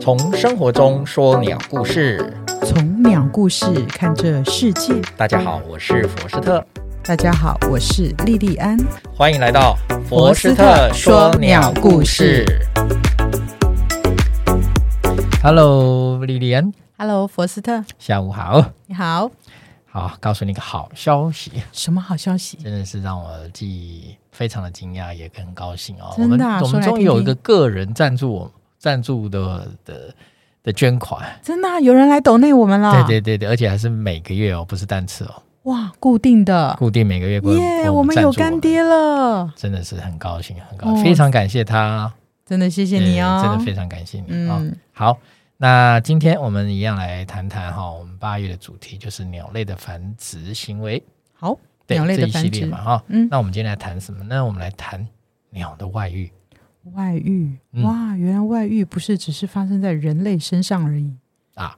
从生活中说鸟故事。从鸟故事看这世界。大家好，我是佛斯特，大家好，我是莉莉安。欢迎来到佛斯特说鸟故事。 Hello，莉莉安， Hello，佛斯特，下午好。你好。好，告诉你个好消息，什么好消息？真的是让我既非常的惊讶，也很高兴哦。真的啊我们我说们来终于听有一听个个人赞助我赞助的的的捐款，真的啊、有人来抖内我们了。对对对对，而且还是每个月哦，不是单次哦，哇，固定的。固定每个月给耶给我们赞有助干爹了，真的是很高兴，很高兴，哦非常感谢他，真的谢谢谢你哦。真的非常感谢你啊、嗯好，那今天我们一样来谈谈哈，我们八月的主题就是鸟类的繁殖行为，好。对鸟类这的一繁系列殖嘛，哈、嗯那我们今天来谈什么呢？我们来谈鸟的外遇，外遇、嗯哇，原来外遇不是只是发生在人类身上而已。啊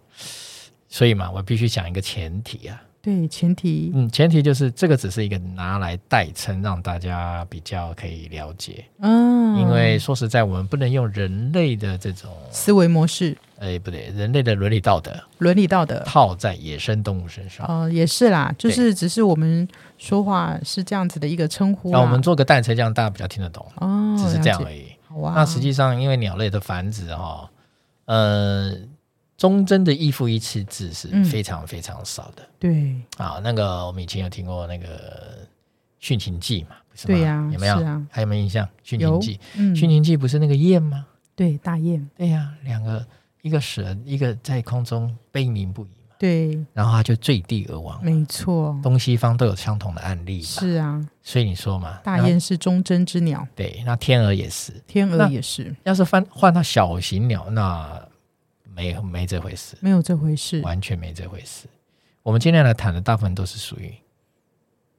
所以嘛，我必须讲一个前提啊，对，前提、嗯，前提就是这个只是一个拿来代称，让大家比较可以了解，嗯，因为说实在，我们不能用人类的这种，思维模式、哎，不对，人类的伦理道德伦理道德，套在野生动物身上。呃，也是啦，就啊对是只是我们说话是这样子的一个称呼啦。那我们做个代称，这样大家比较听得懂，哦，只是了这样解而已。好啊。那实际上，因为鸟类的繁殖哈、呃，忠贞的一夫一妻制是嗯非常非常少的、对啊。那个我们以前有听过那个《殉情记》嘛，是吗对呀、有没有？是啊，还有没有印象？《殉情有记》嗯，殉情记》不是那个雁吗？对大雁，对呀、两个一个蛇，一个在空中悲鸣不已嘛，对，然后它就坠地而亡。没错，东西方都有相同的案例嘛，嗯是啊，所以你说嘛，大那雁是忠贞之鸟，对，那天鹅也是。天鹅那也是，要是翻换到小型鸟，那没没这回事，没有这回事。完全没这回事。我们今天来谈的大部分都是属于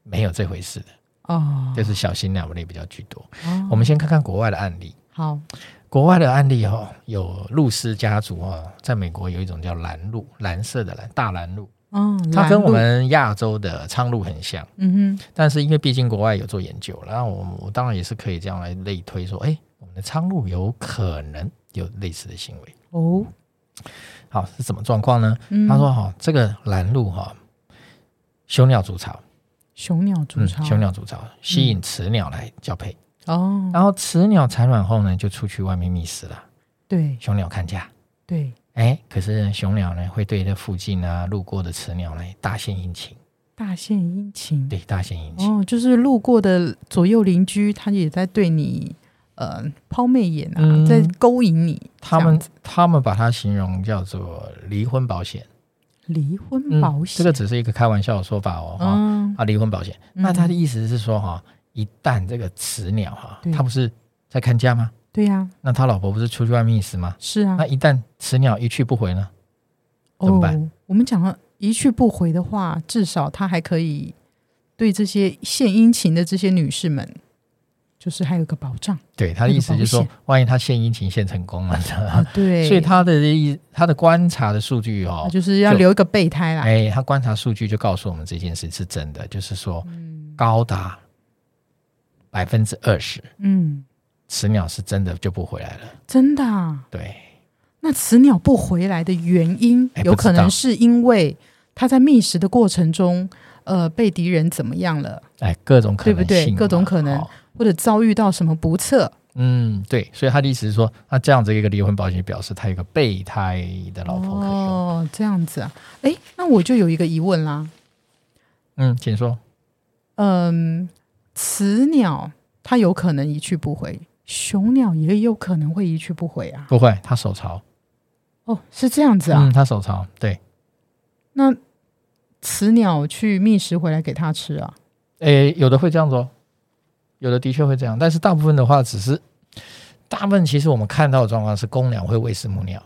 没有这回事的，哦，就是小型鸟类比较居多。哦我们先看看国外的案例。好，国外的案例哦，有露丝家族哦，在美国有一种叫蓝鹿，蓝色的蓝大蓝鹿，嗯，它跟拦我路，们亚洲的苍鹭很像，嗯哼，但是因为毕竟国外有做研究，然后我我当然也是可以这样来类推说，哎，我们的苍鹭有可能有类似的行为。哦，好是什么状况呢？嗯，他说哈、这个蓝鹭哈、雄鸟筑巢，雄鸟筑巢，嗯雄鸟筑巢吸引雌鸟来交配，哦，然后雌鸟产卵后呢，就出去外面觅食了，对雄鸟看家。对，哎，可是雄鸟呢，会对这附近啊路过的雌鸟呢大献殷勤，大献殷勤，对，大献殷勤。哦，就是路过的左右邻居，他也在对你呃抛媚眼啊，嗯在勾引你。他这们样子他们把它形容叫做离婚保险，离婚嗯保险、这个只是一个开玩笑的说法哦。哈嗯啊，离婚保险，那他的嗯意思是说哈，一旦这个雌鸟哈，对它不是在看家吗？对呀、那他老婆不是出去外面觅食吗？是啊那，一旦雌鸟一去不回呢？哎怎么办哦？我们讲了一去不回的话，至少他还可以对这些献殷勤的这些女士们，就是还有个保障对，他的意思就是说那个，万一他献殷勤献成功了，啊。 对，所以他的意他的观察的数据那哦，就是要就留一个备胎啦。哎，他观察数据就告诉我们这件事是真的，就是说嗯高达百分之二十嗯，雌鸟是真的就不回来了。真的、啊。对，那雌鸟不回来的原因哎，有可不知道能是因为它在觅食的过程中，呃，被敌人怎么样了，哎，各种可能性嘛，对不对各种可能哦或者遭遇到什么不测。嗯，对，所以他的意思是说，那这样子一个离婚保险表示他有个备胎的老婆可以用。哦，这样子啊。哎，那我就有一个疑问啦。嗯，请说。嗯，雌鸟它有可能一去不回，雄鸟也有可能会一去不回啊。不会，他手潮。哦，是这样子啊。嗯，他手潮。对，那雌鸟去觅食回来给它吃啊。诶，有的会这样做，有的的确会这样，但是大部分的话，只是大部分其实我们看到的状况是公鸟会喂食母鸟，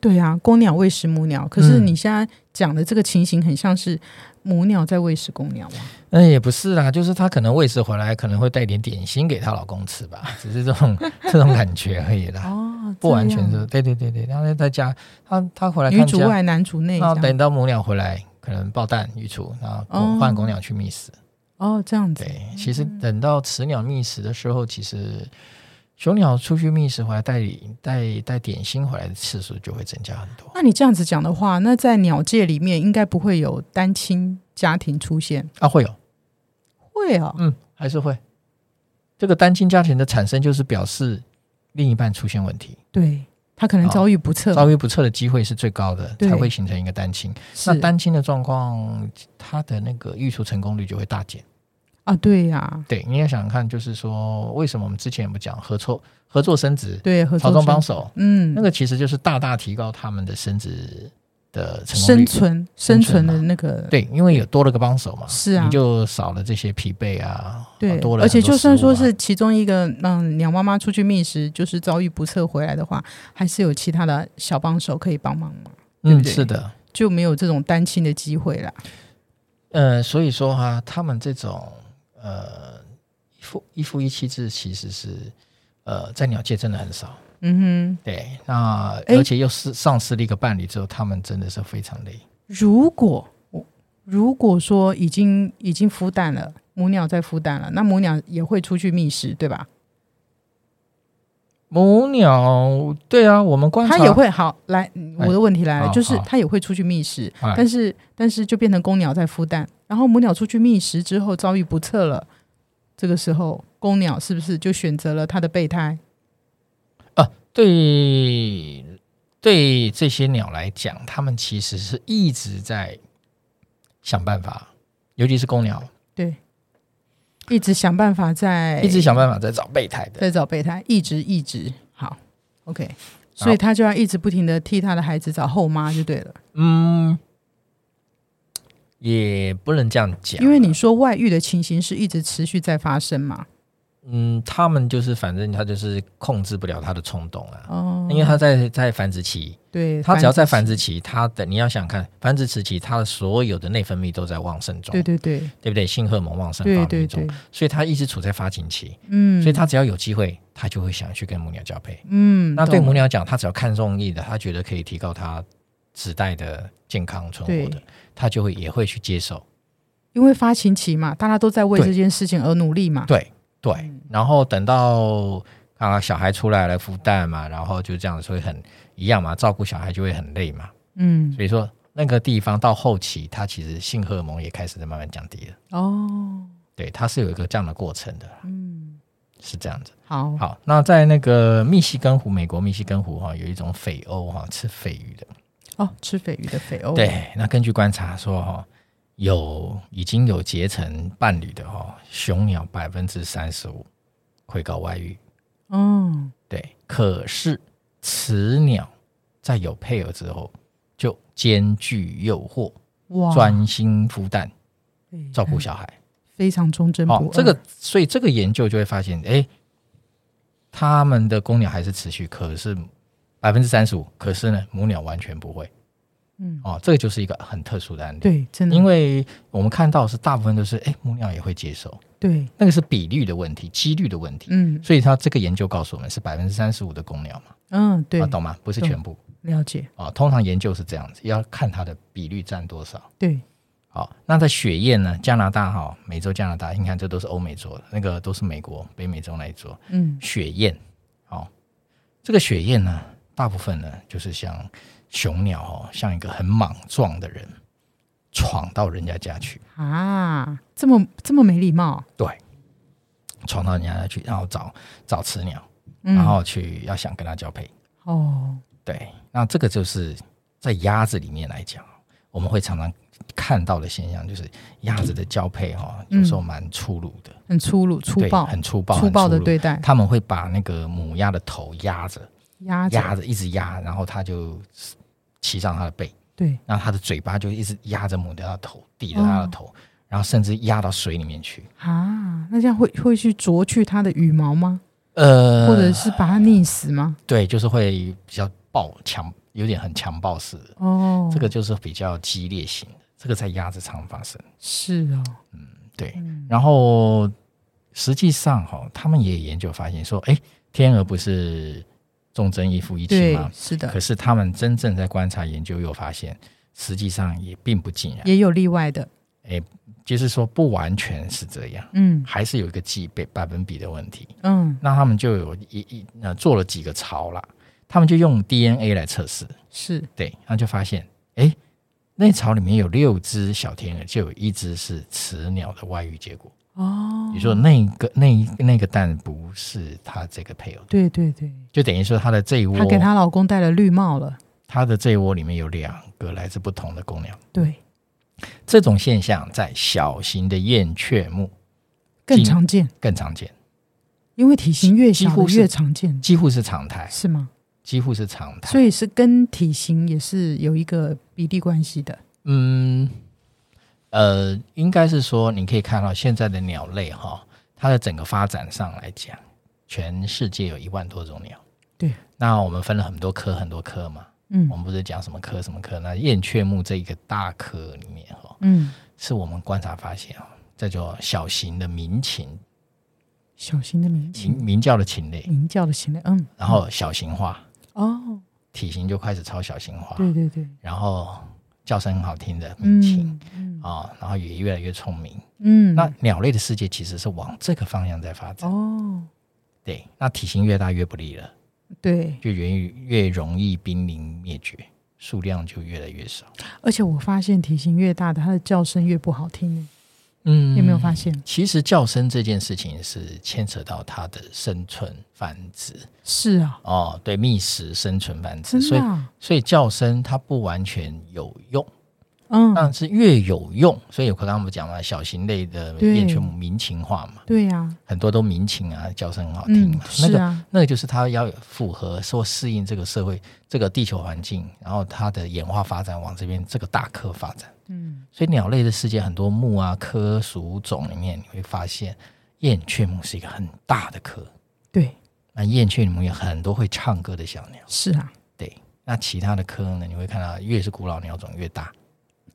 对啊，公鸟喂食母鸟，可是嗯你现在讲的这个情形很像是母鸟在喂食公鸟啊。那也不是啦，就是它可能喂食回来，可能会带一点点心给她老公吃吧，只是这种这种感觉而已啦，哦，不完全是。对对对对，然后在家，它它回来女看哦主家，外男主内这然后样。等到母鸟回来，可能抱蛋育雏，然后哦公换公鸟去觅食。哦，这样子。对，其实等到雌鸟觅食的时候，其实雄鸟出去觅食回来带带带点心回来的次数就会增加很多。那你这样子讲的话，那在鸟界里面应该不会有单亲家庭出现，啊，会有，会哦，嗯，还是会。这个单亲家庭的产生，就是表示另一半出现问题，对他可能遭遇不测，哦遭遇不测的机会是最高的，对才会形成一个单亲。是那单亲的状况，它的那个预除成功率就会大减。啊，对呀、对，你要想想看，就是说，为什么我们之前也不讲合作合作生殖、对，合朝作中帮生，手，嗯，那个其实就是大大提高他们的生殖的成功生率。存生生存存嘛的那个，对，因为有多了个帮手嘛，是啊你就少了这些疲惫啊，对，多了很多食物啊、而且就算说是其中一个，嗯，鸟妈妈出去觅食，就是遭遇不测回来的话，还是有其他的小帮手可以帮忙嘛，对不嗯，对是的，就没有这种单亲的机会啦。呃，所以说哈、他们这种呃一夫一夫一妻制其实是呃在鸟界真的很少，嗯哼，对，那诶而且又是丧失了一个伴侣之后，他们真的是非常累。如果我如果说已经已经孵蛋了，母鸟在孵蛋了，那母鸟也会出去觅食，对吧？母鸟，对啊，我们观察它也会好来，嗯哎我的问题来了，好就是好它也会出去觅食，哎但是但是就变成公鸟在孵蛋，然后母鸟出去觅食之后遭遇不测了，这个时候公鸟是不是就选择了它的备胎？对对这些鸟来讲，它们其实是一直在想办法，尤其是公鸟，对，一直想办法在一直想办法在找备胎的。在找备胎，一直一直好，OK，所以他就要一直不停的替他的孩子找后妈就对了。嗯，也不能这样讲，因为你说外遇的情形是一直持续在发生嘛，嗯，他们就是反正他就是控制不了他的冲动啊，哦，因为他在在繁殖期，对他只要在繁殖殖期，他的你要想看繁殖时期，他的所有的内分泌都在旺盛中，对对对对不对？性荷尔蒙旺盛对发对泌中对，，所以他一直处在发情期。嗯，所以他只要有机会，他就会想去跟母鸟交配。嗯，那对懂母鸟讲，他只要看中意的，他觉得可以提高它子代的健康存活的对，他就会也会去接受。因为发情期嘛，大家都在为对这件事情而努力嘛，对对，嗯然后等到啊小孩出来了孵蛋嘛，然后就这样，所以很一样嘛，照顾小孩就会很累嘛。嗯，所以说那个地方到后期，它其实性荷尔蒙也开始在慢慢降低了。哦，对，它是有一个这样的过程的，嗯，是这样子。好，好，那在那个密西根湖，美国密西根湖哈、有一种匪鸥哈、吃鲱鱼的。哦，吃鲱鱼的鲱鸥，，对，那根据观察说哈、有已经有结成伴侣的哈、雄鸟百分之三十五会搞外遇。嗯，对，可是雌鸟在有配偶之后，就兼具诱惑，哇，专心孵蛋，对照顾小孩。非常忠贞不哦二，，这个，所以这个研究就会发现，哎，他们的公鸟还是持续，可是百分之三十五，可是呢，母鸟完全不会。嗯，哦，这个就是一个很特殊的案例。，对，真的，因为我们看到的是大部分都是，哎，母鸟也会接受，对，那个是比率的问题，几率的问题。嗯所以它这个研究告诉我们是百分之三十五的公鸟嘛，嗯，对啊，，懂吗？不是懂全部了解，啊、哦通常研究是这样子，要看它的比率占多少。对，好，那在雪燕呢？加拿大哈，美洲加拿大，你看这都是欧美做的，那个都是美国北美洲那一做嗯，雪燕。好，这个雪燕呢，大部分呢就是像雄鸟哦，像一个很莽撞的人闯到人家家去，啊，这么这么没礼貌，闯到人家家去，然后找找雌鸟，嗯，然后去要想跟它交配。哦，对，那这个就是在鸭子里面来讲，我们会常常看到的现象，就是鸭子的交配哦，有时候蛮粗鲁的。很粗鲁、粗对，暴、很粗暴、粗暴的很鲁对待他们会把那个母鸭的头压着，鸭子，压着，一直压，然后它就骑上它的背，对，然后它的嘴巴就一直压着母鸭的头，抵着它的哦头，然后甚至压到水里面去。啊，那这样会会去啄去它的羽毛吗？呃，或者是把它溺死吗？对，就是会比较暴强，有点很强暴式的，哦，这个就是比较激烈型的，这个在鸭子常发生。是哦，对，嗯然后实际上哈、他们也研究发现说，哎，天鹅不是忠贞一夫一妻对吗，？是的可，是他们真正在观察研究又发现，实际上也并不尽然。也有例外的，诶，就是说不完全是这样，嗯还是有一个记百百分比的问题。嗯，那他们就有一一呃做了几个槽啦，他们就用 DNA 来测试，是对，然后就发现，诶，那槽里面有六只小天鹅，就有一只是雌鸟的外遇结果。哦也，就是说那个那那个蛋不是它这个配偶的，对对对，就等于说它的这一窝她，给她老公戴了绿帽了，它的这一窝里面有两个来自不同的公鸟。对，这种现象在小型的燕雀目更近常见，更常见，因为体型越几小乎的是越常见，几乎是常态，是吗？几乎是常态。所以是跟体型也是有一个比例关系的，嗯，呃，应该是说你可以看到现在的鸟类哈，它的整个发展上来讲，全世界有一万多种鸟。对，那我们分了很多科很多科嘛，嗯我们不是讲什么科什么科？那燕雀目这一个大科里面哈，嗯，是我们观察发现啊，这叫小型的民禽，小型的鸣民禽，民叫啊的禽类，鸣叫的禽类，嗯，然后小型化，哦，体型就开始超小型化，对对对，然后叫声很好听的民禽嗯嗯啊、然后也越来越聪明。嗯，那鸟类的世界其实是往这个方向在发展，哦，对，那体型越大越不利了，对，就源于越容易濒临灭绝，数量就越来越少。而且我发现体型越大的，它的叫声越不好听呢，嗯你有没有发现？其实叫声这件事情是牵扯到它的生存繁殖是啊，哦，对，觅食、生存繁殖，真所的以啊，所以叫声它不完全有用，嗯，但是越有用，所以我刚刚我们讲嘛，小型类的对燕雀母民情化嘛，对呀，很多都民情啊，叫声很好听嗯嘛，，那是个啊，那个就是它要有符合说适应这个社会、这个地球环境，然后它的演化发展往这边这个大科发展。嗯，所以鸟类的世界很多目啊、科属种里面，你会发现燕雀目是一个很大的科。对，那燕雀里面有很多会唱歌的小鸟，是啊，对。那其他的科呢，你会看到越是古老鸟种越大，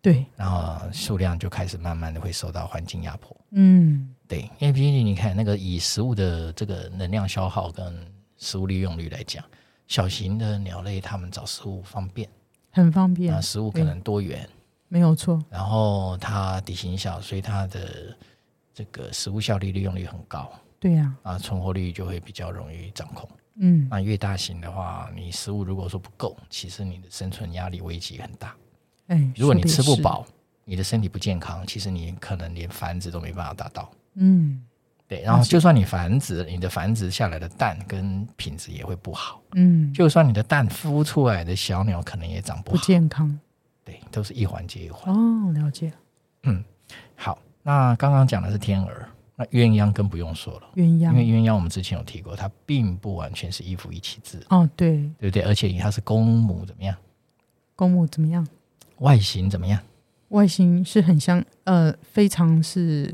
对，然后数量就开始慢慢的会受到环境压迫。嗯，对，因为毕竟你看那个以食物的这个能量消耗跟食物利用率来讲，小型的鸟类它们找食物方便，很方便那，食物可能多元，没有错，然后它体型小，所以它的这个食物效率利用率很高对呀，啊，存活率就会比较容易掌控。嗯，那越大型的话，你食物如果说不够，其实你的生存压力危机很大。哎，如果你说得也吃不是，饱，你的身体不健康，其实你可能连繁殖都没办法达到。嗯对，然后就算你繁殖，你的繁殖下来的蛋跟品质也会不好。嗯，就算你的蛋孵出来的小鸟，可能也长不不好。健康，对，都是一环接一环。哦，了解了，好，那刚刚讲的是天鹅，那鸳鸯更不用说了，鸳因为鸯，鸳鸯我们之前有提过，它并不完全是一夫一妻制，哦，对，对不对？而且它是公母怎么样，公母怎么样？外形怎么样，外形是很像，呃，非常是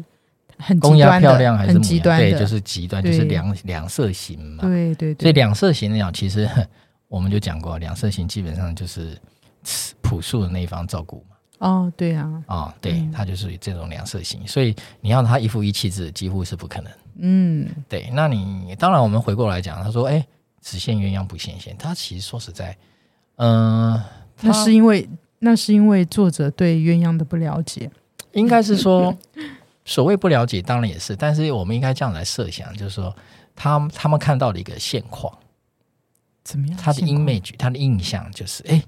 很公极鸭端的，漂亮还是很母极鸭？端的，对，就是极端，就是对两两色型嘛。对对所以对，两色型的鸟，其实 我们就讲过，两色型基本上就是吃朴素的那一方照顾嘛。哦，对啊，啊、对嗯，它就属于这种两色型，所以你要它一夫一妻制几乎是不可能。嗯，对，那你当然我们回过来讲，他说，哎，只羡鸳鸯不羡仙，他其实说实在，嗯、呃，那它是因为那是因为作者对鸳鸯的不了解，应该是说所谓不了解，当然也是，但是我们应该这样来设想，就是说他他们看到的一个现况，怎么样？他的现况 image，他的印象就是，哎。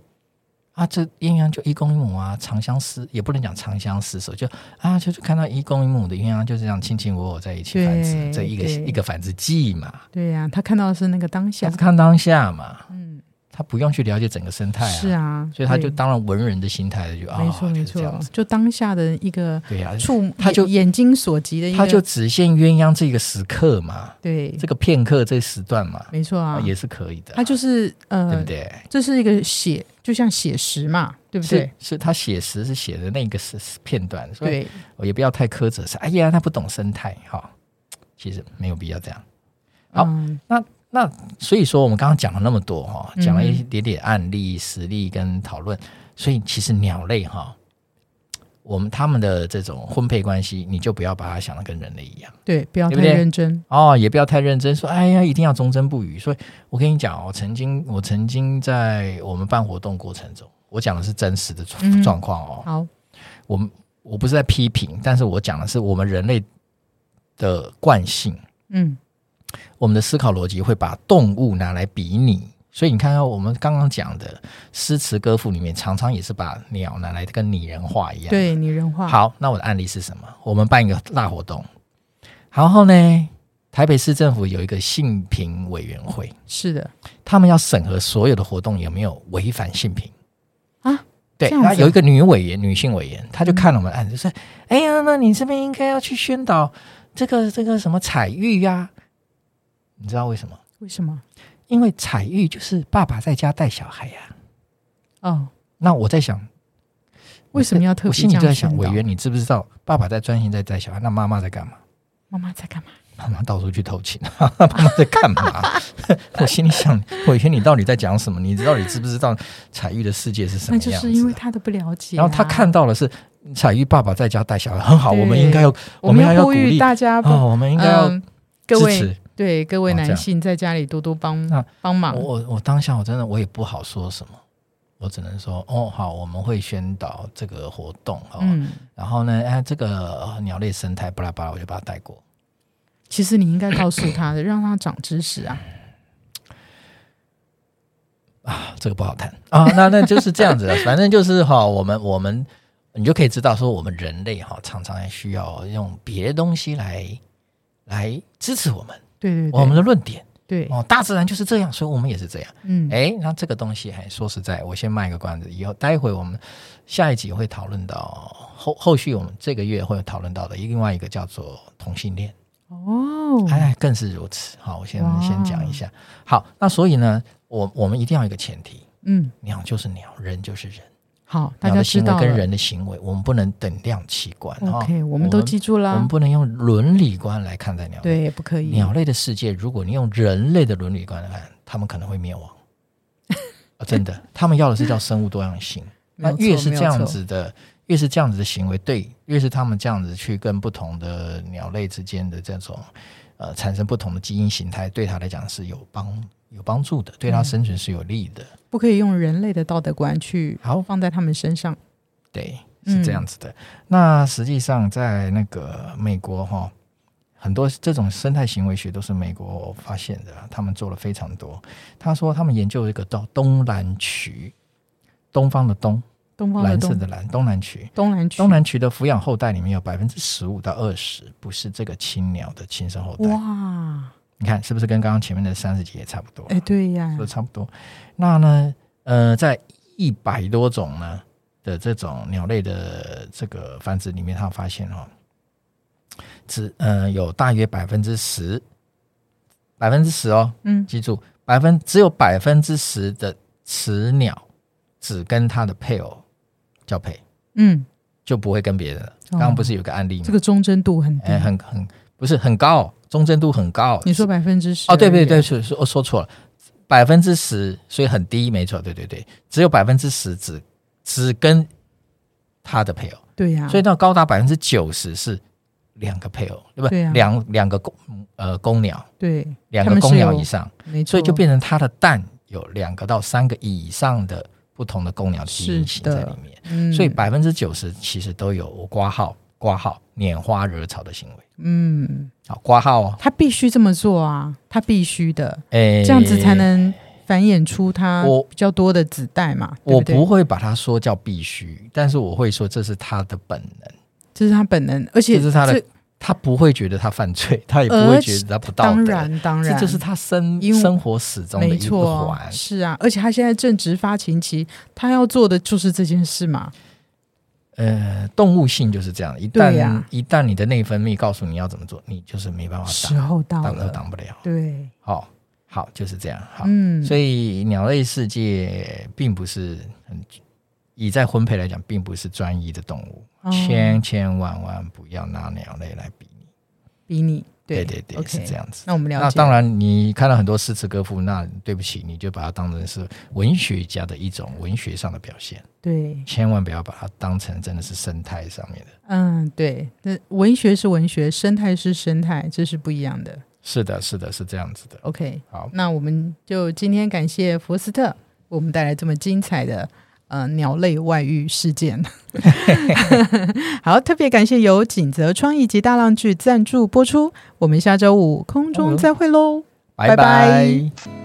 啊，这鸳鸯就一公一母啊，长相厮也不能讲长相厮守，就啊，就是看到一公一母的鸳鸯就这样亲亲我我在一起繁殖，对这一个对一个繁殖季嘛，对呀、他看到的是那个当他下是，看当下嘛，嗯，他不用去了解整个生态啊，是啊，所以他就对当然文人的心态就啊，没错就没是这样错子，就当下的一个对呀、触，他就眼眼睛所及的一个，他就只限鸳鸯这个时刻嘛，对这，个片刻这个时段嘛，没错啊，也是可以的啊，他就是对不呃，对？这是一个写，就像写实嘛，对不是对？是，他写实是写的那个是是片段，所以对，我也不要太苛责，是哎呀，他不懂生态哈、其实没有必要这样。好嗯，所以说，我们刚刚讲了那么多哈，嗯讲了一点点案例、实例跟讨论，所以其实鸟类哈，我们他们的这种婚配关系，你就不要把它想的跟人类一样对，不要对太不对认真，哦，也不要太认真说，哎呀，一定要忠贞不渝。所以我跟你讲哦，曾经我曾经在我们办活动过程中，我讲的是真实的状嗯状况哦，好，我们我不是在批评，但是我讲的是我们人类的惯性，嗯我们的思考逻辑会把动物拿来比拟。所以你看看我们刚刚讲的诗词歌赋里面，常常也是把鸟拿来跟拟人化一样。对，拟人化，好，那我的案例是什么？我们办一个大活动，然后呢，台北市政府有一个性平委员会，是的，他们要审核所有的活动有没有违反性平啊。对，这样子那有一个女委员，女性委员，她就看了我们的案子，说：“哎呀，那你这边应该要去宣导这个这个什么彩玉呀、你知道为什么？为什么？因为彩玉就是爸爸在家带小孩呀、哦，那我在想，为什么要特我别心这里样就在宣想，导委员，你知不知道爸爸在专心在带小孩，那妈妈在干嘛？妈妈在干嘛？妈妈到处去偷情， 妈妈在干 嘛？我心里想，委员你到底在讲什么？你到底知不知道彩玉的世界是什么样那就子啊？是因为他的不了解啊、然后他看到的是彩玉爸爸在家带小孩，很好，对我们应该要，我们们要要要呼鼓吁励大家不，哦，我们应该要嗯各支位持。对各位哦这男样性在家里多多帮、那帮忙我，我我当下我真的我也不好说什么，我只能说哦好，我们会宣导这个活动哦，嗯，然后呢，哎这个呃鸟类生态巴拉巴拉，我就把它带过。其实你应该告诉他的，让他长知识啊。这个不好谈 啊。那那就是这样子了，反正就是哈，我们我们你就可以知道说，我们人类哈常常需要用别的东西来来支持我们对对对，我们的论点对，哦。大自然就是这样，所以我们也是这样。嗯，哎，那这个东西还说实在，我先卖个关子，以后待会我们下一集会讨论到后后续我们这个月会讨论到的另外一个叫做同性恋。哦，哎，更是如此。好，我先哇先讲一下。好，那所以呢，我我们一定要有一个前提，嗯，鸟就是鸟，人就是人。好，大鸟家的知行为道跟了人的行为，我们不能等量齐观哈。 OK，我们都记住我们啦。不能用伦理观来看待鸟类。对，不可以。鸟类的世界，如果你用人类的伦理观来看，他们可能会灭 亡。啊真的，他们要的是叫生物多样性。那没有错越是这没样有错子的，越是这样子的行为，对，越是他们这样子去跟不同的鸟类之间的这种呃产生不同的基因形态，对它来讲是有帮有帮助的，对它生存是有利的。不可以用人类的道德观去好，放在他们身上。对，是这样子嗯的。那实际上在那个美国哈，很多这种生态行为学都是美国发现的，他们做了非常多。他说他们研究一个叫东南渠，东方的东，东方的蓝色东的蓝，东南渠。东南区，东南渠的抚养后代里面有百分之十五到二十不是这个青鸟的亲生后代，哇，你看是不是跟刚刚前面的三十几也差不多？哎，对呀都，差不多。那呢，呃，在一百多种呢的这种鸟类的这个繁殖里面，他发现哦，只呃有大约百分之十，百分之十哦，嗯，记住，百分只有百分之十的雌鸟只跟它的配偶交配，嗯，就不会跟别人了。哦刚刚不是有个案例吗这？个忠贞度很低哎、。很很不是很高，哦忠贞度很高。你说百分之十？啊哦，对对对，，是是我说错了，百分之十，所以很低，没错，对对对，只有百分之十只只跟他的配偶，对呀，所以到高达百分之九十是两个配偶，对不对啊两两个公呃公鸟，对，两他个们公是鸟有以上，没错，所以就变成它的蛋有两个到三个以上的不同的公鸟的基因是型的在里面，嗯，所以百分之九十其实都有挂号挂号拈花惹草的行为，嗯，好挂号哦，他必须这么做啊，他必须的，哎，这样子才能繁衍出他我比较多的子代嘛。对我对不会把它说叫必须，但是我会说这是他的本能，这是他本能，而且这是他的这，他不会觉得他犯罪，他也不会觉得他不道呃当德，然当这然，就是他生因为生活始终的没一个错环，。是啊，而且他现在正值发情期，他要做的就是这件事嘛。呃，动物性就是这样，一对旦、呀一旦你的内分泌告诉你要怎么做，你就是没办法时挡，候到挡都了，挡不了。对，好、好，就是这样。好，嗯，所以以鸟类世界并不是很，以在婚配来讲，并不是专一的动物，哦千千万万不要拿鸟类来比拟。比你对对对对 o k 是这。样子。那我们了那解，当然，你看到很多诗词歌赋，那对不起，你就把它当成是文学家的一种文学上的表现，对，千万不要把它当成真的是生态上面的。嗯，对，那文学是文学，生态是生态，这是不一样的。是的，是的，是这样子的。 OK，好，那我们就今天感谢福斯特，为我们带来这么精彩的呃鸟类外遇事件。 好，特别感谢由锦泽川以及大浪剧赞助播出，我们下周五空中再会喽。拜拜拜拜